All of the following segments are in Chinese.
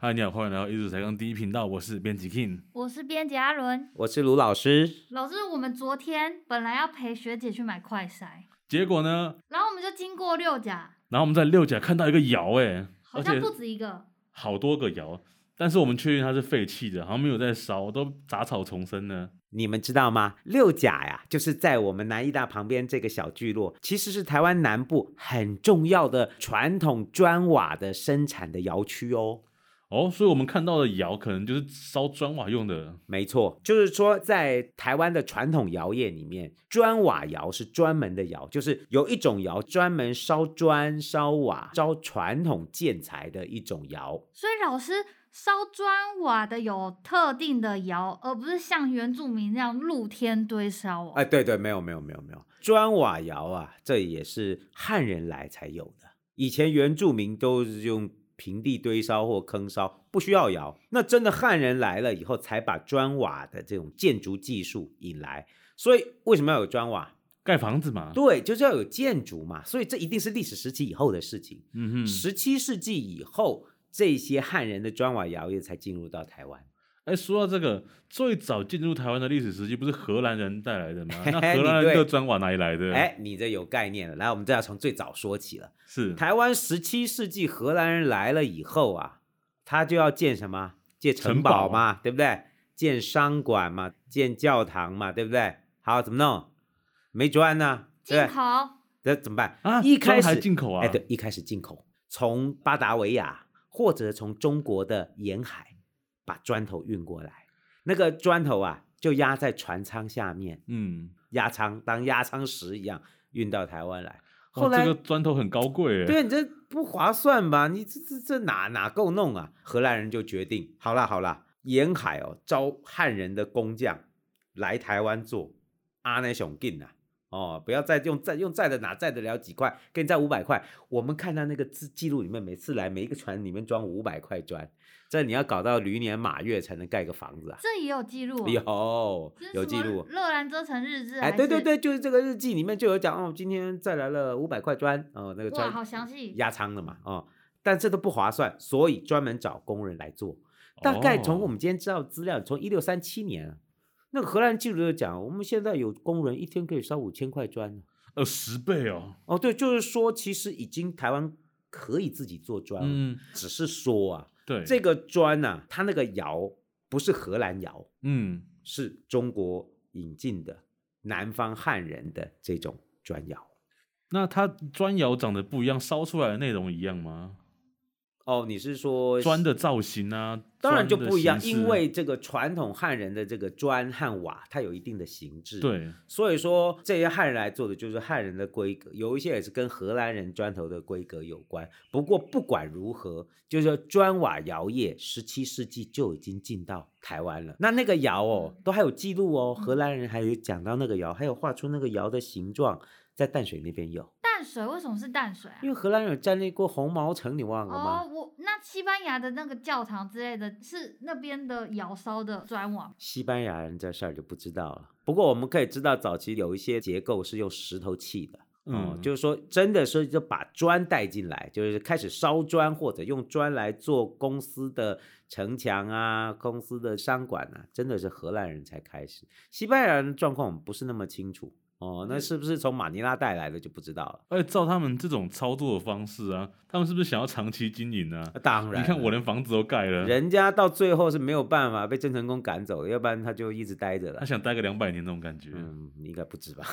嗨，你好，欢迎来到艺术才刚第一频道，我是编辑 King。我是编辑阿伦。我是卢老师，老师，我们昨天本来要陪学姐去买快筛，结果呢，然后我们就经过六甲，然后我们在六甲看到一个窑，哎，好而像且不止一个。好多个窑，但是我们确定它是废弃的，好像没有在烧，都杂草丛生呢。你们知道吗？六甲呀，就是在我们南医大旁边这个小聚落，其实是台湾南部很重要的传统砖瓦的生产的窑区哦。哦，所以我们看到的窑可能就是烧砖瓦用的。没错，就是说在台湾的传统窑业里面，砖瓦窑是专门的窑，就是有一种窑专门烧砖、烧瓦、烧传统建材的一种窑。所以老师烧砖瓦的有特定的窑，而不是像原住民那样露天堆烧哦。哎，对对，没有没有没有没有，砖瓦窑啊，这也是汉人来才有的。以前原住民都是用平地堆烧或坑烧，不需要窑。那真的汉人来了以后，才把砖瓦的这种建筑技术引来。所以为什么要有砖瓦？盖房子嘛，对，就是要有建筑嘛。所以这一定是历史时期以后的事情。嗯哼，十七世纪以后，这些汉人的砖瓦窑业才进入到台湾。哎，说到这个，最早进入台湾的历史时期不是荷兰人带来的 吗？那荷兰人你对的砖瓦哪里来的？，哎，你这有概念了。来，我们这要从最早说起了。是台湾十七世纪荷兰人来了以后啊，他就要建什么？建城堡嘛，对不对？建商馆嘛，建教堂嘛，对不对？好，怎么弄？没砖呢、对进不对，口那怎么办？啊，一开砖还始进口啊，哎，对，一开始进口，从巴达维亚或者从中国的沿海把砖头运过来，那个砖头啊就压在船舱下面，嗯，压舱当压舱石一样运到台湾来。哇后来、这个砖头很高贵，哎，对你这不划算吧？你这这这哪哪够弄啊？荷兰人就决定，好啦好啦，沿海哦招汉人的工匠来台湾做阿内雄劲呐。哦，不要再用再用再的哪再得了几块，给你再五百块。我们看到那个记记录里面，每次来每一个船里面装五百块砖，这你要搞到驴年马月才能盖个房子啊！这也有记录、哦，有这是什有记么啊录，哦乐兰遮城日志，哎，对对，对，就是这个日记里面就有讲哦，今天再来了五百块砖哦，那个哇，砖好详细。压仓的嘛，哦，但这都不划算，所以专门找工人来做。大概从我们们今天知道的资料，从一六三七年啊，那个荷兰记录就讲，我们现在有工人一天可以烧五千块砖。啊呃十倍哦，哦，对，就是说，其实已经台湾可以自己做砖了，嗯，只是说啊，对，这个砖啊，它那个窑不是荷兰窑，嗯，是中国引进的南方汉人的这种砖窑。那它砖窑长得不一样，烧出来的内容一样吗？哦，你是说砖的造型啊，当然就砖的不一样，形式因为这个传统汉人的这个砖和瓦，它有一定的形制。，对，所以说这些汉人来做的就是汉人的规格，有一些也是跟荷兰人砖头的规格有关。不过不管如何，就是说砖瓦窑业，十七世纪就已经进到台湾嗯了。那那个窑哦，都还有记录哦，荷兰人还有讲到那个窑，还有画出那个窑的形状，在淡水那边有，淡水为什么是淡水啊因？为荷兰人有占领过红毛城，你忘了吗？哦，我那西班牙的那个教堂之类的，是那边的窑烧的砖瓦吗西班牙人这事儿就不知道了。不过我们可以知道，早期有一些结构是用石头砌的，哦嗯就是说真的是就把砖带进来，就是开始烧砖或者用砖来做公司的城墙啊、公司的商馆啊，真的是荷兰人才开始。西班牙人的状况我们不是那么清楚哦，那是不是从马尼拉带来的就不知道了。而且照他们这种操作的方式啊，他们是不是想要长期经营啊？啊当然了，你看我连房子都盖了，人家到最后是没有办法被郑成功赶走的，要不然他就一直待着了他。想待个两百年那种感觉。嗯，应该不止吧？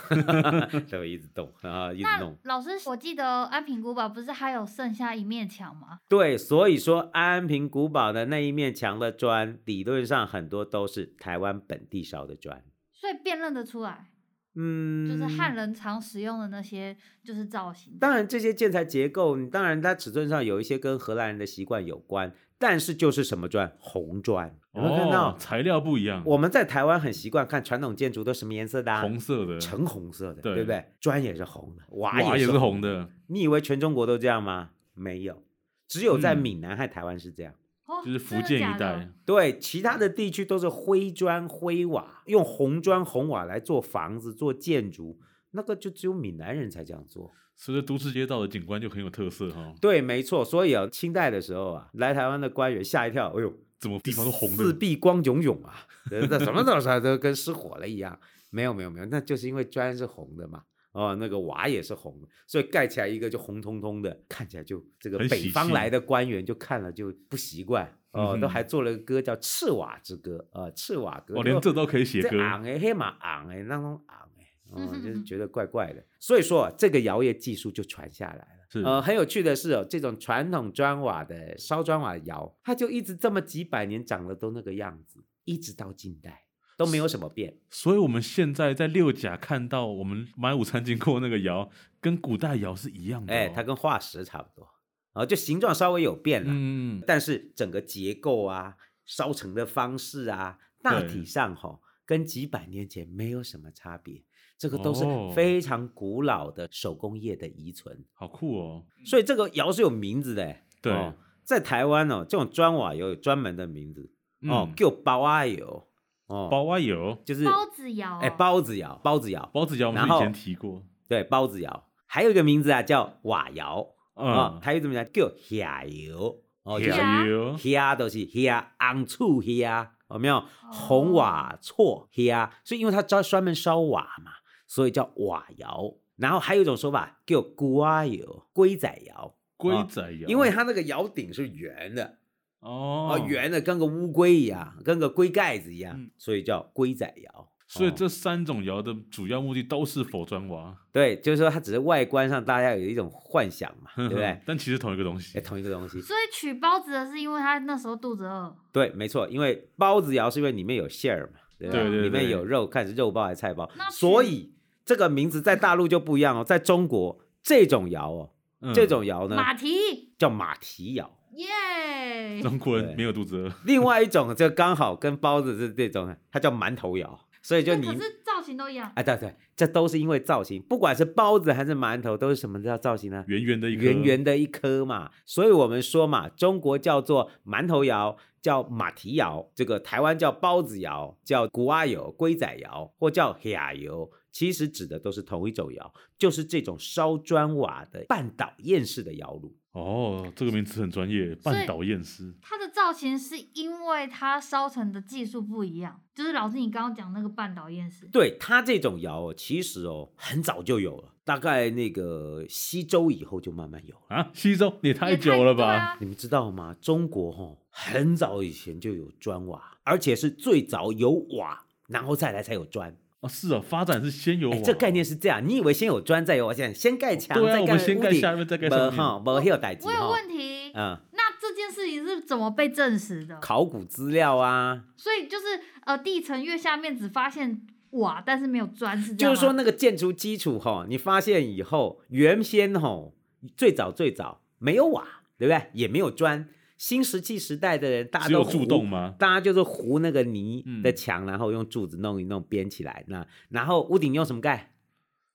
稍微一直动啊，一直那弄。老师，我记得安平古堡不是还有剩下一面墙吗？对，所以说安平古堡的那一面墙的砖，理论上很多都是台湾本地烧的砖。所以辨认得出来，嗯，就是汉。人常使用的那些就是造型。当然，这些建材结构，你当然它尺寸上有一些跟荷兰人的习惯有关，但是就是什么砖，红砖。有没有看到？哦，材料不一样，我们在台湾很习惯看传统建筑都什么颜色的、啊？红色的，橙红色的，对对不对？砖也是红的，瓦瓦也是是红哦的，你以为全中国都这样吗？没有，只有在嗯闽南和台湾是这样。哦，就是福真的建假一的带。。对，其他的地区都是灰砖、灰瓦，用红砖、红瓦来做房子、做建筑。那个就只有闽南人才这样做。随着都市街道的景观就很有特色哈，对，没错。所以啊，清代的时候啊，来台湾的官员吓一跳，哎呦，怎么地方都红四的，壁光炯炯啊，这这什么都是都跟失火了一样。 没有没有没有，那就是因为砖是红的嘛，哦，那个瓦也是红的，所以盖起来一个就红彤彤的，看起来就这个很喜北方气来的官员就看了就不习惯。哦，都嗯哼还做了个歌叫《赤瓦之歌》啊，呃《赤瓦歌》哦，连这都可以写这歌，昂哎，黑马昂哎，那种昂哎， 哦，就是觉得怪怪的。所以说，啊这个窑业技术就传下来了。是呃，很有趣的是哦，这种传统砖瓦的烧砖瓦窑，它就一直这么几百年长得都那个样子，一直到近代都没有什么变。所以我们现在在六甲看到我们买午餐经过那个窑，跟古代窑是一样的、哦。哎，它跟化石差不多，啊、就形状稍微有变了，嗯，但是整个结构啊、烧成的方式啊，大对体上哈、跟几百年前没有什么差别。这个都是哦非常古老的手工业的遗存。好酷哦。所以这个窑是有名字的欸。对哦在台湾哦，这种砖瓦窑有专门的名字哦，嗯，叫包啊窑哦，包蛙窑、就是包子窑，哦哎包子窑，包子窑包子窑，我们然是以后前提过。对包子窑，还有一个名字啊叫瓦窑啊嗯，，台语怎么讲叫下窑哦，就是瓦下窑下都是下昂厝下，有没有哦红瓦错下？所以因为它专专门烧瓦嘛，所以叫瓦窑。然后还有一种说法叫瓜窑、龟仔窑，龟仔窑，因为它那个窑顶是圆的，哦哦，圆的跟个乌龟一样，跟个龟盖子一样，嗯所以叫龟仔窑。所以哦这三种窑的主要目的都是否砖瓦，对，就是说它只是外观上大家有一种幻想嘛，对对不对？？但其实同一个东西哎，。同一个东西，所以取包子的是因为他那时候肚子饿，对，没错，因为包子窑是因为里面有馅儿嘛，对不对对里面对有肉，看是肉包还是菜包那，是所以这个名字在大陆就不一样哦，在中国这种窑哦，嗯这种窑呢马蹄，叫马蹄窑，耶，中国人对没有肚子饿，另外一种就刚好跟包子是这种，它叫馒头窑，所以就那你可是造型都一样，哎啊，对对，这都是因为造型，不管是包子还是馒头，都是什么叫造型呢？圆圆的一颗，圆圆的一颗嘛，所以我们说嘛，中国叫做馒头窑，叫马蹄窑；这个台湾叫包子窑，叫古阿窑、龟仔窑，或叫虾窑，其实指的都是同一种窑，就是这种烧砖瓦的半岛堰式的窑炉。哦，这个名词很专业，半岛验尸。它的造型是因为它烧成的技术不一样，就是老师你刚刚讲那个半岛验尸，对它这种窑哦，其实哦很早就有了，大概那个西周以后就慢慢有了。啊，西周也太也久了对吧？啊你们知道吗？中国吼、很早以前就有砖瓦，而且是最早有瓦，然后再来才有砖。啊，是啊，发展是先有哎瓦，，这概念是这样，你以为先有砖再有瓦，现在先盖墙，对啊，再我盖们先盖屋顶下面，再盖没上面。哈，没那有代志我有哈。问题，啊嗯，那这件事情是怎么被证实的？考古资料啊，所以就是呃，地层越下面只发现瓦，但是没有砖，是这就样是说吗那个建筑基础哈、你发现以后，原先哈、最早最早没有瓦，对不对？也没有砖。新石器时代的人，大家只有都柱糊洞吗？大家就是糊那个泥嗯的墙，然后用柱子弄一弄编起来。那然后屋顶用什么盖？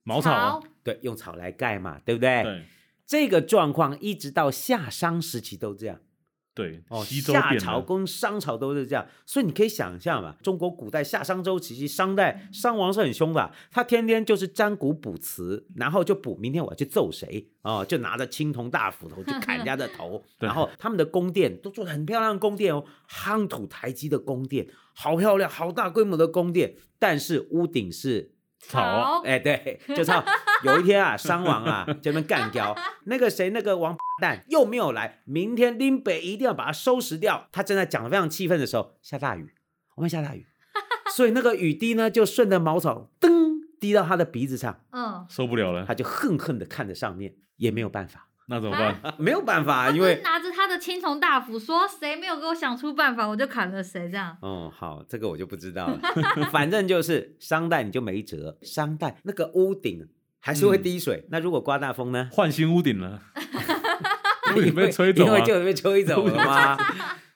茅草，啊对，用草哎来盖嘛，对不对？对这个状况一直到夏商时期都这样。对，哦，西周夏变朝了，跟商朝都是这样，所以你可以想象嘛，中国古代夏商周时期，商代商王是很凶的，他天天就是占卜卜辞，然后就卜明天我要去揍谁啊、哦就拿着青铜大斧头去砍人家的头， 对然后他们的宫殿都做的很漂亮的宫殿哦，夯土台基的宫殿，好漂亮，好大规模的宫殿，但是屋顶是草啊 草，哎，对，就唱有一天啊，商王啊，这边干掉那个谁，那个王八蛋又没有来，明天林北一定要把他收拾掉。他正在讲的非常气愤的时候，下大雨，我们下大雨， 所以那个雨滴呢，就顺着茅草噔滴到他的鼻子上，嗯，受不了了他，就恨恨的看着上面，也没有办法 那怎么办？啊，没有办法，他因不 是为。拿着他的青铜大斧说，谁没有给我想出办法，我就砍了谁这样。哦，好，这个我就不知道了。 反正就是商代你就没辙，商代那个屋顶还是会嗯滴水。那如果刮大风呢？换新屋顶 了，屋顶被吹走因为啊，就被吹走了 吗？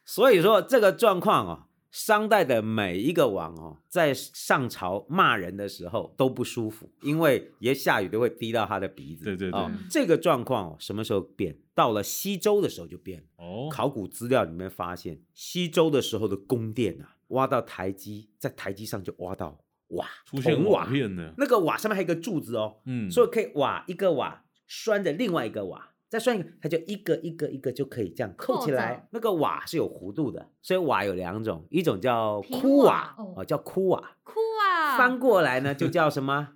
所以说这个状况哦，商代的每一个王哦，在上朝骂人的时候都不舒服，因为也下雨都会滴到他的鼻子。对对对哦，这个状况哦，什么时候变？到了西周的时候就变了。哦，考古资料里面发现，西周的时候的宫殿啊，挖到台基，在台基上就挖到瓦，出现铜瓦瓦，片的，那个瓦上面还有一个柱子哦，嗯，所以可以瓦一个瓦拴着另外一个瓦，再拴一个，它就一个一个一个就可以这样扣扣起来着。那个瓦是有弧度的，所以瓦有两种，一种叫平枯瓦瓦哦哦，叫枯瓦，哭啊，翻过来呢就叫什么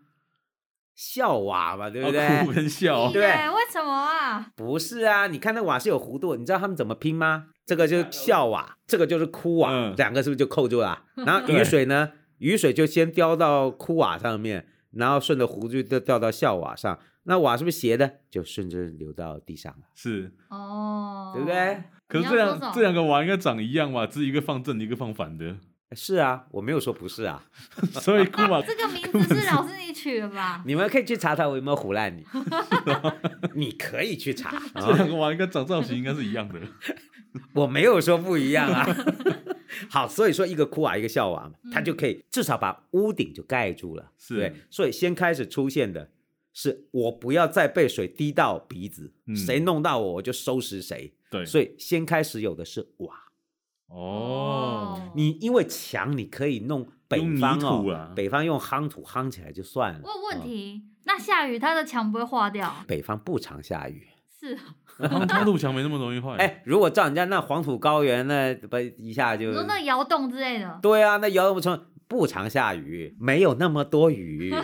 笑瓦嘛，对不哦对？哭跟笑屁，对耶为什么啊？不是啊，你看那瓦是有弧度，你知道他们怎么拼吗？这个就是笑瓦，这个就是枯瓦，嗯两个是不是就扣住了啊？然 后对雨水呢，雨水就先掉到枯瓦上面，然后顺着弧度就掉到笑瓦上。那瓦是不是斜的？就顺着流到地上了， 是。哦，对不对？？可你是要这两说什么这两个瓦应该长一样吧？只是一个放正的，一个放反的， 是啊，我没有说不是啊，所以哭 瓦这个名字是老师你取的吧？你们可以去查查我有没有胡烂你，你可以去查这啊，两个瓦应该长造型应该是一样 的。我没有说不一样啊。 好，所以说一个枯瓦一个笑啊瓦嘛，它就可以至少把屋顶就盖住了。是对，所以先开始出现的是我不要再被水滴到鼻子，嗯谁弄到我我就收拾谁。对，所以先开始有的是瓦，哦哦，你因为墙你可以弄北用泥方土哦，啊北方用夯土夯起来就算了。我有问哦、题，那下雨它的墙不会化掉？北方不常下雨。是，然后他土墙没那么容易坏。哎，如果照人家那黄土高原，那不一下就你说那窑洞之类的，对啊，那摇木村不常下雨，没有那么多雨，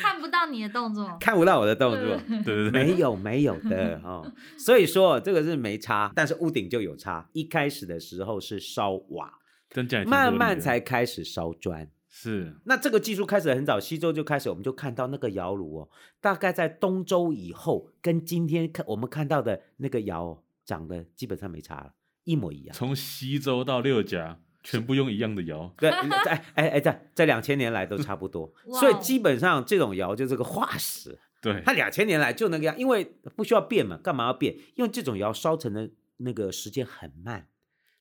看不到你的动作。看不到我的动作。对对对， 没有没有的哦，所以说这个是没差，但是屋顶就有差。一开始的时候是烧瓦，这样讲也挺慢合理慢的才开始烧砖。是那这个技术开始得很早，西周就开始，我们就看到那个窑炉哦，大概在东周以后，跟今天看我们看到的那个窑、哦、长得基本上没差了，一模一样。从西周到六甲，全部用一样的窑。对，哎哎哎，在在两千年来都差不多，哇所以哦基本上这种窑就是个化石，对它，两千年来就那个样，因为不需要变嘛，干嘛要变？因为这种窑烧成的那个时间很慢，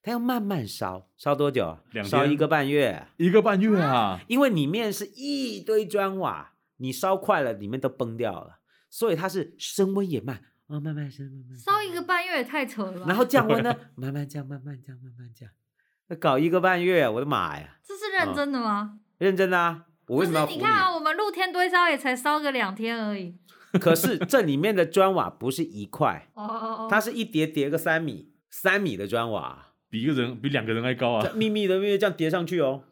它要慢慢烧，烧多久啊两？烧天一个半月，一个半月啊，因为里面是一堆砖瓦，你烧快了里面都崩掉了，所以它是升温也慢，哦，慢慢升，慢慢升烧一个半月也太扯了吧？然后降温 呢，慢慢降，慢慢降，慢慢降，那搞一个半月，我的妈呀！这是认真的吗？认真的啊，我为什么要可唬是你看啊，我们露天堆烧也才烧个两天而已。可是这里面的砖瓦不是一块，哦哦哦，它是一叠叠个三米，三米的砖瓦，比一个人比两个人还高这啊。密密的密密地这样叠上去哦。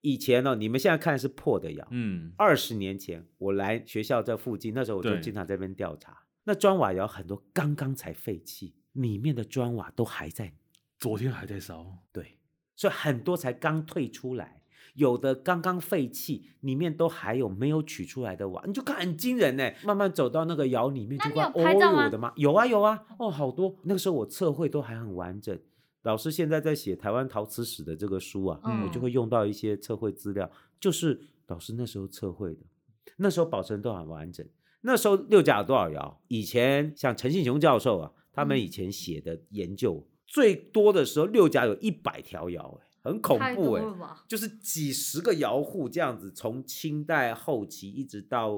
以前哦，你们现在看是破的窑，嗯，二十年前我来学校这附近，那时候我就对经常在那边调查，那砖瓦窑很多刚刚才废弃，里面的砖瓦都还在，昨天还在烧，对，所以很多才刚退出来。有的刚刚废弃，里面都还有没有取出来的瓦，你就看很惊人呢。慢慢走到那个窑里面，那就你有看拍照哦吗我的妈，有啊有啊，哦好多。那个时候我测绘都还很完整。老师现在在写台湾陶瓷史的这个书啊，嗯我就会用到一些测绘资料，就是老师那时候测绘的，那时候保存都很完整。那时候六甲有多少窑？以前像陈信雄教授啊，他们嗯以前写的研究、最多的时候，六甲有一百条窑、哎，很恐太怖多哎、了吧？就是几十个窑户这样子，从清代后期一直到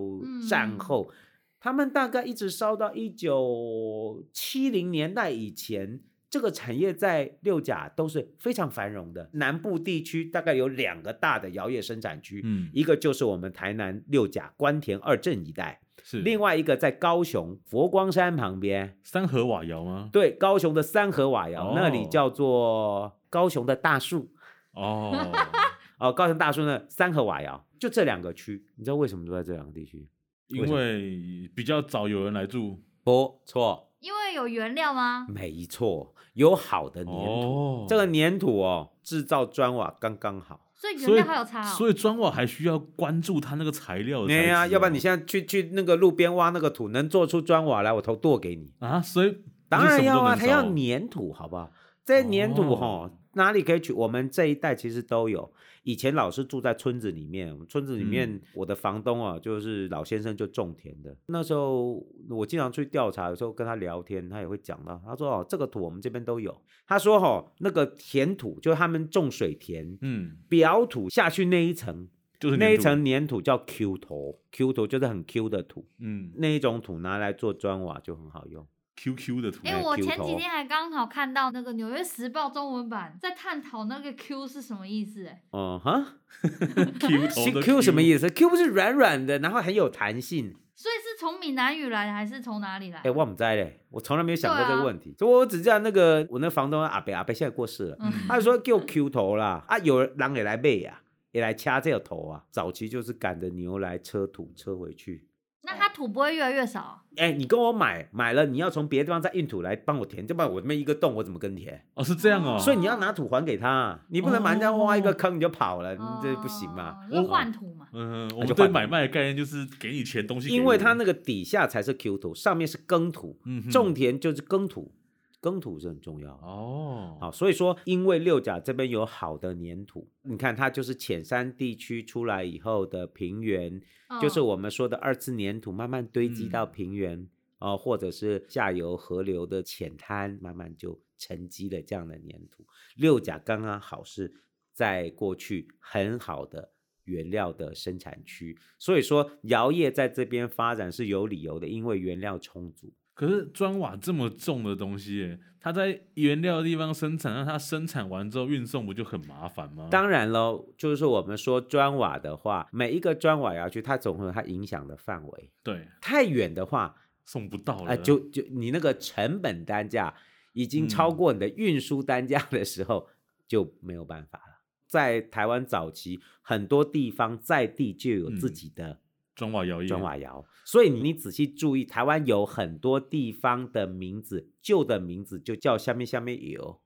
战后，他们大概一直烧到一九七零年代以前。这个产业在六甲都是非常繁荣的。南部地区大概有两个大的窑业生产区，嗯，一个就是我们台南六甲关田二镇一带，是另外一个在高雄佛光山旁边，三合瓦窑吗？对，高雄的三河瓦窑、哦那里叫做高雄的大树哦， 哦，高雄大树呢三河瓦窑，就这两个区，你知道为什么都在这两个地区？因为什么为比较早有人来住。不错，因为有原料吗？没错，有好的粘土，哦，这个粘土哦，制造砖瓦刚刚好。所以原所以料还有差哦。所以砖瓦还需要关注它那个材料的材质哦。哎呀、要不然你现在去去那个路边挖那个土，能做出砖瓦来，我头剁给你。啊，所以当然要啊，它它要粘土，好不好？这些粘土哈、哦哪里可以取？我们这一代其实都有。以前老是住在村子里面，我们村子里面、嗯我的房东啊，就是老先生就种田的。那时候我经常去调查，有时候跟他聊天，他也会讲到，他说哦，这个土我们这边都有。他说哈、哦，那个田土就是他们种水田，嗯，表土下去那一层，就是那粘一土层粘土叫 Q 头，Q 头就是很 Q 的土，嗯那一种土拿来做砖瓦就很好用。 QQ 的图哎、案，我 Q 前几头天还刚好看到那个《纽约时报》中文版在探讨那个 Q 是什么意思、哎，哦哈 Q 头的 ，Q 什么意思？Q 不是软软的，然后很有弹性。所以是从闽南语来的还是从哪里来？哎、我不知道嘞，我从来没有想过对啊这个问题。所以我只知道那个我那房东阿北阿北现在过世了，嗯，他就说给我 Q 头啦，啊，有人也来背啊，也来掐这个头啊。早期就是赶着牛来车土车回去。那它土不会越来越少？啊哎、你跟我买买了，你要从别的地方再运土来帮我填，要不然我这边一个洞我怎么跟填？哦，是这样哦。所以你要拿土还给他啊，你不能把人家挖一个坑你就跑了，哦你嗯这不行嘛。就换土嘛。嗯，我那们就对换买你卖的概念就是给你钱东西给我，因为它那个底下才是 Q 土，上面是耕土，嗯哼种田就是耕土，耕土是很重要的。哦，好，所以说，因为六甲这边有好的粘土，你看它就是浅山地区出来以后的平原，就是嗯我们说的二次粘土，慢慢堆积哦嗯到平原哦、或者是下游河流的浅滩，慢慢就沉积了这样的粘土。六甲刚刚好是在过去很好的原料的生产区，所以说窑业在这边发展是有理由的，因为原料充足。可是砖瓦这么重的东西耶，它在原料的地方生产，那它生产完之后运送不就很麻烦吗？当然喽，就是我们说砖瓦的话，每一个砖瓦窑区它总会有它影响的范围，对，太远的话，送不到了，啊、就就你那个成本单价已经超嗯过你的运输单价的时候，就没有办法了。在台湾早期，很多地方在地就有自嗯己的砖瓦摇曳，砖瓦窑，所以你仔细注意，台湾有很多地方的名字，旧的名字就叫下面下面有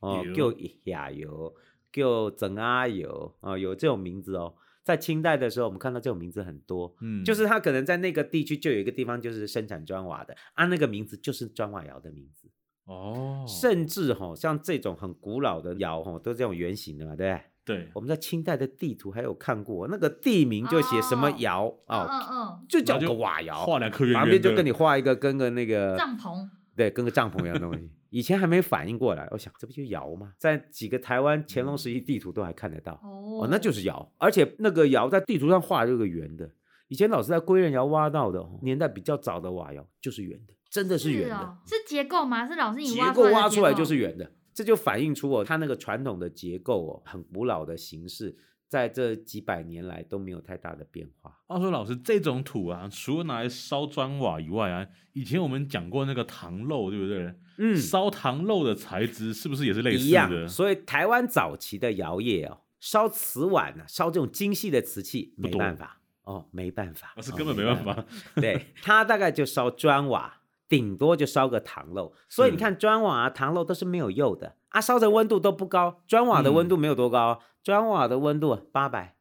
哦，有叫亚油，叫整阿油啊、哦，有这种名字哦。在清代的时候，我们看到这种名字很多，嗯，就是他可能在那个地区就有一个地方就是生产砖瓦的，按、那个名字就是砖瓦窑的名字，哦，甚至哈、像这种很古老的窑哈、都是这种圆形的嘛，对不对？对，我们在清代的地图还有看过，那个地名就写什么哦窑嗯哦，嗯嗯，就叫然后个就瓦窑，画两颗圆圆的，旁边就跟你画一个跟个那个帐篷对，跟个帐篷一样的东西。以前还没反应过来，我想这不就窑吗？在几个台湾乾隆时期地图都还看得到。哦哦，那就是窑，而且那个窑在地图上画这个圆的。以前老师在归仁窑挖到的哦，年代比较早的瓦窑就是圆的，真的是圆的，哦，是结构吗？是老师你结挖构的挖出来结构就是圆的，这就反映出哦，它那个传统的结构哦，很古老的形式，在这几百年来都没有太大的变化。话说老师，这种土啊，除了拿来烧砖瓦以外啊，以前我们讲过那个糖漏，对不对？嗯烧糖漏的材质是不是也是类一似样。的？所以台湾早期的窑业哦，烧瓷碗呢、烧这种精细的瓷器不没多办法哦，没办法，那是哦根本没没办法。法， 对，它大概就烧砖瓦，顶多就烧个糖漏。所以你是看砖瓦啊、糖漏都是没有釉的啊，烧的温度都不高。砖瓦的温度没有多高，砖瓦的温度啊八百，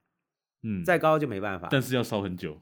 嗯，再高就没办法，但是要烧很久，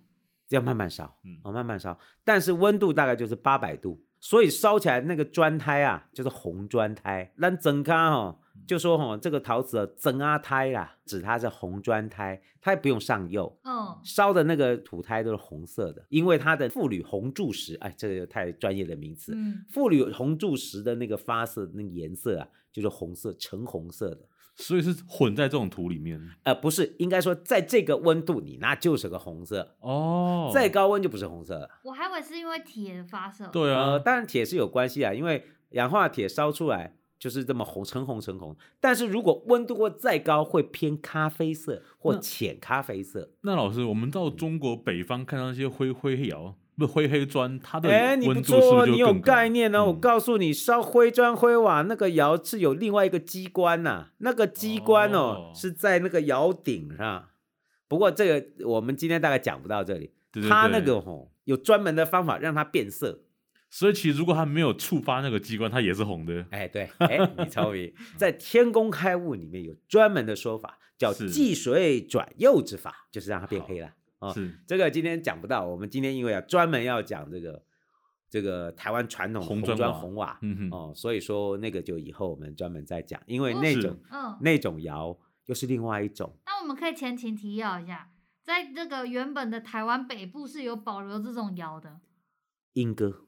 要慢慢烧嗯，哦，慢慢烧。但是温度大概就是八百度，所以烧起来那个砖胎啊，就是红砖胎。咱整咖哦，嗯就说哦，这个陶瓷啊，整啊胎啦，指它是红砖胎，它也不用上釉。嗯，烧的那个土胎都是红色的，因为它的富铝红柱石，哎，这个太专业的名词。嗯，富铝红柱石的那个发色，那个颜色啊，就是红色，橙红色的。所以是混在这种土里面呃，不是，应该说在这个温度里，那就是个红色。哦。再高温就不是红色了。我还以为是因为铁的发射，对啊，呃，当然铁是有关系啊，因为氧化铁烧出来就是这么红，橙红橙红。但是如果温度过再高，会偏咖啡色或那浅咖啡色。那老师，我们到中国北方看到那些灰灰窑，不是灰黑砖，它的哎，你不温度是错不哦，是你就有更高？概念哦。我嗯告诉你，烧灰砖灰瓦那个窑是有另外一个机关呐、那个机关哦哦是在那个窑顶上。不过这个我们今天大概讲不到这里，对对它那对个吼、有专门的方法让它变色。所以其实如果它没有触发那个机关，它也是红的。哎，对，哎，你聪 明，在《天工开物》里面有专门的说法，叫是济水转釉之法，就是让它变好黑了。哦是这个今天讲不到，我们今天因为要专门要讲这个这个台湾传统的红红砖砖瓦红瓦嗯哼，哦，所以说那个就以后我们专门再讲，因为哦那是种嗯，那种窑又是另外一种。那我们可以前情提要一下，在这个原本的台湾北部是有保留这种窑的，莺歌，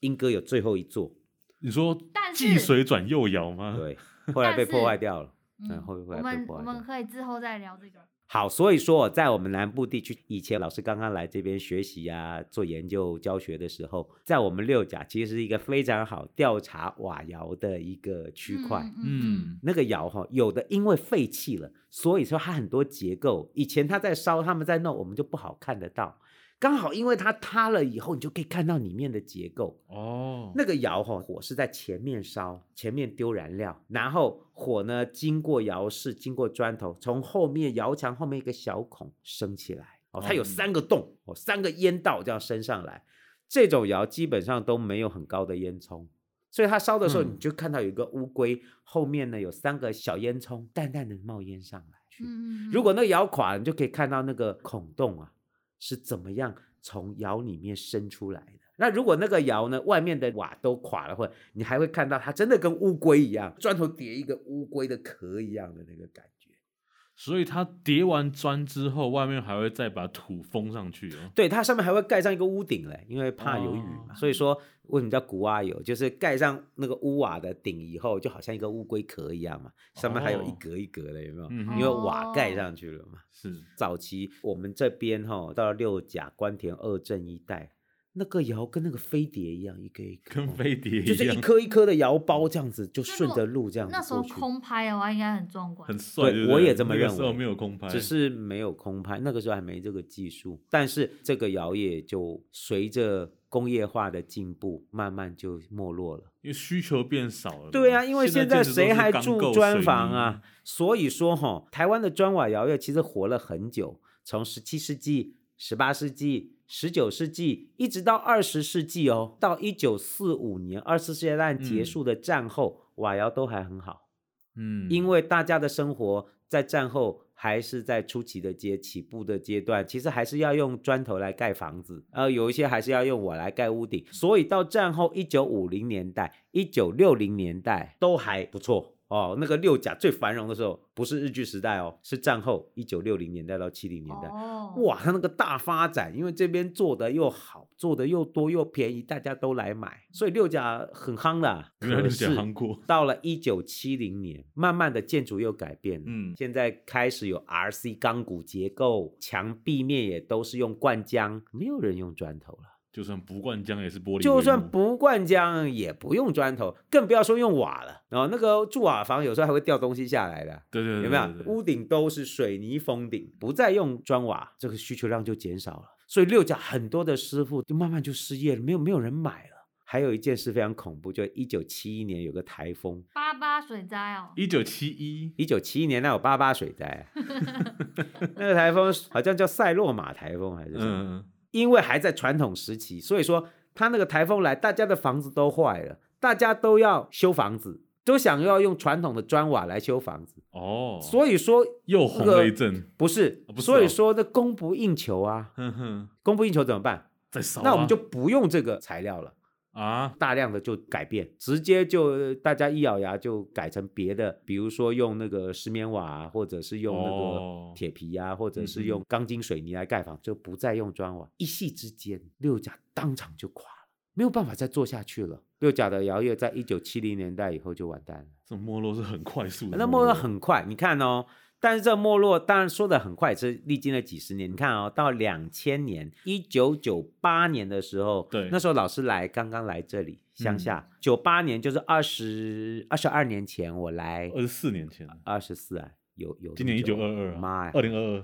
莺歌有最后一座，你说但是济水转右摇吗？对，后来 但被破是坏掉了。嗯嗯，会不会我被们破我坏们掉可以之后再聊这个。好，所以说在我们南部地区，以前老师刚刚来这边学习啊、做研究教学的时候，在我们六甲其实是一个非常好调查瓦窑的一个区块。嗯，那个窑哈，有的因为废弃了，所以说它很多结构，以前它在烧，他们在弄，我们就不好看得到。刚好因为它塌了以后，你就可以看到里面的结构。哦，那个窑哈，火是在前面烧，前面丢燃料，然后火呢经过窑室，经过砖头，从后面窑墙后面一个小孔升起来。哦，它有哦三个洞，哦，三个烟道这样升上来。这种窑基本上都没有很高的烟囱，所以它烧的时候，嗯你就看到有一个乌龟，后面呢有三个小烟囱，淡淡的冒烟上来去。嗯，如果那个窑垮，你就可以看到那个孔洞啊是怎么样从窑里面伸出来的。那如果那个窑呢，外面的瓦都垮了，或者你还会看到它真的跟乌龟一样，砖头叠一个乌龟的壳一样的那个感觉。所以它叠完砖之后，外面还会再把土封上去哦。对，它上面还会盖上一个屋顶嘞，因为怕有雨嘛。哦所以说，为什么叫古瓦油？就是盖上那个屋瓦的顶以后，就好像一个乌龟壳一样嘛，上面还有一哦格一格的，有啊没有？嗯哼，因为瓦盖哦上去了嘛。是早期我们这边哈、到了六甲、关田、二镇一带，那个窑跟那个飞碟一样，一个一个跟哦飞碟就 一是一样，嗯颗一颗的窑包这样子，就那顺如着果路这样嗯子那时候过去。空拍的话，应该很壮观。很帅。对不我也这么那个认时候为没有空拍，只是没有空拍，那个时候还没这个技术。但是这个窑业就随着工业化的进步，慢慢就没落了。因为需求变少了。对啊，因为现现在建筑都谁是还钢住构砖水房泥啊？？所以说哈、台湾的砖瓦窑业其实活了很久，从十七世纪、十八世纪、十九世纪一直到二十世纪哦，到一九四五年二次世界大战结嗯束的战后，瓦窑都还很好。嗯，因为大家的生活在战后还是在初期的阶起步的阶段，其实还是要用砖头来盖房子，呃，有一些还是要用瓦来盖屋顶，所以到战后一九五零年代、一九六零年代都还不错。哦，那个六甲最繁荣的时候，不是日据时代哦，是战后一九六零年代到七零年代，哦，哇，它那个大发展，因为这边做的又好，做的又多又便宜，大家都来买，所以六甲很夯啦。 原来可 六甲是夯过到了一九七零年，慢慢的建筑又改变了。嗯现在开始有 RC 钢骨结构，墙壁面也都是用灌浆，没有人用砖头了。就算不灌浆也是玻璃帷幕，就算不灌浆，也不用砖头，更不要说用瓦了。然后那个住瓦房有时候还会掉东西下来的。对对对，有没有对？对屋顶都是水泥封顶，不再用砖瓦，这个需求量就减少了。所以六甲很多的师傅就慢慢就失业了，没有没有人买了。还有一件事非常恐怖，就一九七一年有个台风，八八水灾哦，一九七一一九七一年那有八八水 灾啊、那个台风好像叫塞洛马台风还是什么，嗯，因为还在传统时期，所以说他那个台风来，大家的房子都坏了，大家都要修房子，都想要用传统的砖瓦来修房子，哦，所以说又红了一阵，不是，哦不是所以哦说这供不应求啊，哼哼，供不应求怎么办？再烧啊，那我们就不用这个材料了，啊，大量的就改变，直接就大家一咬牙就改成别的，比如说用那个石棉瓦、啊，或者是用那哦个铁皮啊，或者是嗯哼用钢筋水泥来盖房，就不再用砖瓦。一夕之间，六甲当场就垮了，没有办法再做下去了。六甲的窑业在一九七零年代以后就完蛋了。这种没落是很快速的，那没落，很快，你看哦。但是这没落，当然说的很快，是历经了几十年。你看哦，到两千年，一九九八年的时候，对嗯那时候老师来，刚刚来这里乡下，九八、年就是二十二十二年前我来，二十四年前，二十四啊，有有呃今年一这九么久二二，啊妈呀二零二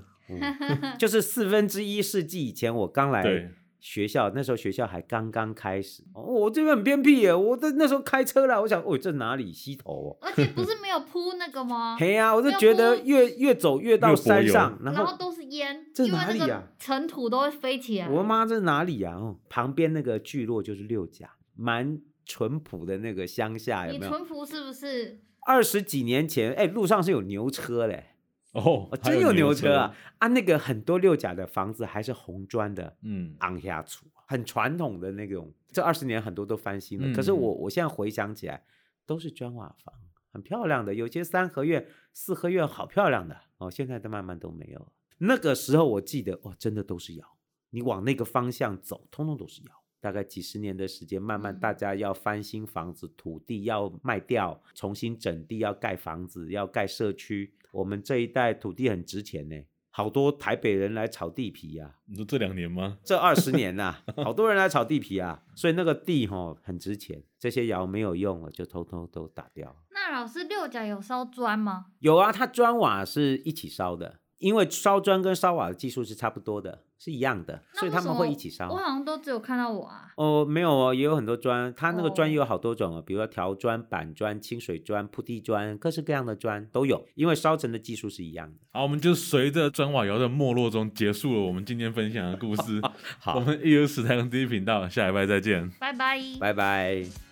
二，就是四分之一世纪以前我刚来对，学校，那时候学校还刚刚开始。哦，我这边很偏僻耶，我在那时候开车啦，我想，哦，这哪里西头哦？而且不是没有铺那个吗？嘿呀、我就哦要觉得不越越走越到越柏山油上，然然后后都是烟，这因为哪里那呀个尘土都会飞起来。我妈这哪里啊？哦，旁边那个聚落就是六甲，蛮淳朴的那个乡下，有你没有？淳朴是不是？二十几年前，哎，路上是有牛车嘞，哦哦，，还真有牛牛车啊！！啊，那个很多六甲的房子还是红砖的，嗯，昂下厝，很传统的那种。这二十年很多都翻新了，可是嗯我我现在回想起来，都是砖瓦房，很漂亮的，有些三合院、四合院好漂亮的哦，现在都慢慢都没有了。那个时候我记得，哦，真的都是窑，你往那个方向走，通通都是窑。大概几十年的时间，慢慢嗯大家要翻新房子，土地要卖掉，重新整地，要盖房子，要盖社区。我们这一代土地很值钱呢，好多台北人来炒地皮呀、你说这两年吗？这二十年呐、好多人来炒地皮啊，所以那个地哈、很值钱。这些窑没有用了，就偷偷都打掉。那老师六甲有烧砖吗？有啊，它砖瓦是一起烧的，因为烧砖跟烧瓦的技术是差不多的，是一样的，那所以为他什们么会一起烧我。好像都只有看到我啊。哦，没有哦，也有很多砖，它那个砖哦也有好多种哦，比如说条砖、板砖、清水砖、铺地砖，各式各样的砖都有，因为烧成的技术是一样的。好，我们就随着砖瓦窑的没落中结束了我们今天分享的故事。我 好，们一如史台跟第一频道，下礼拜再见。拜拜。拜拜。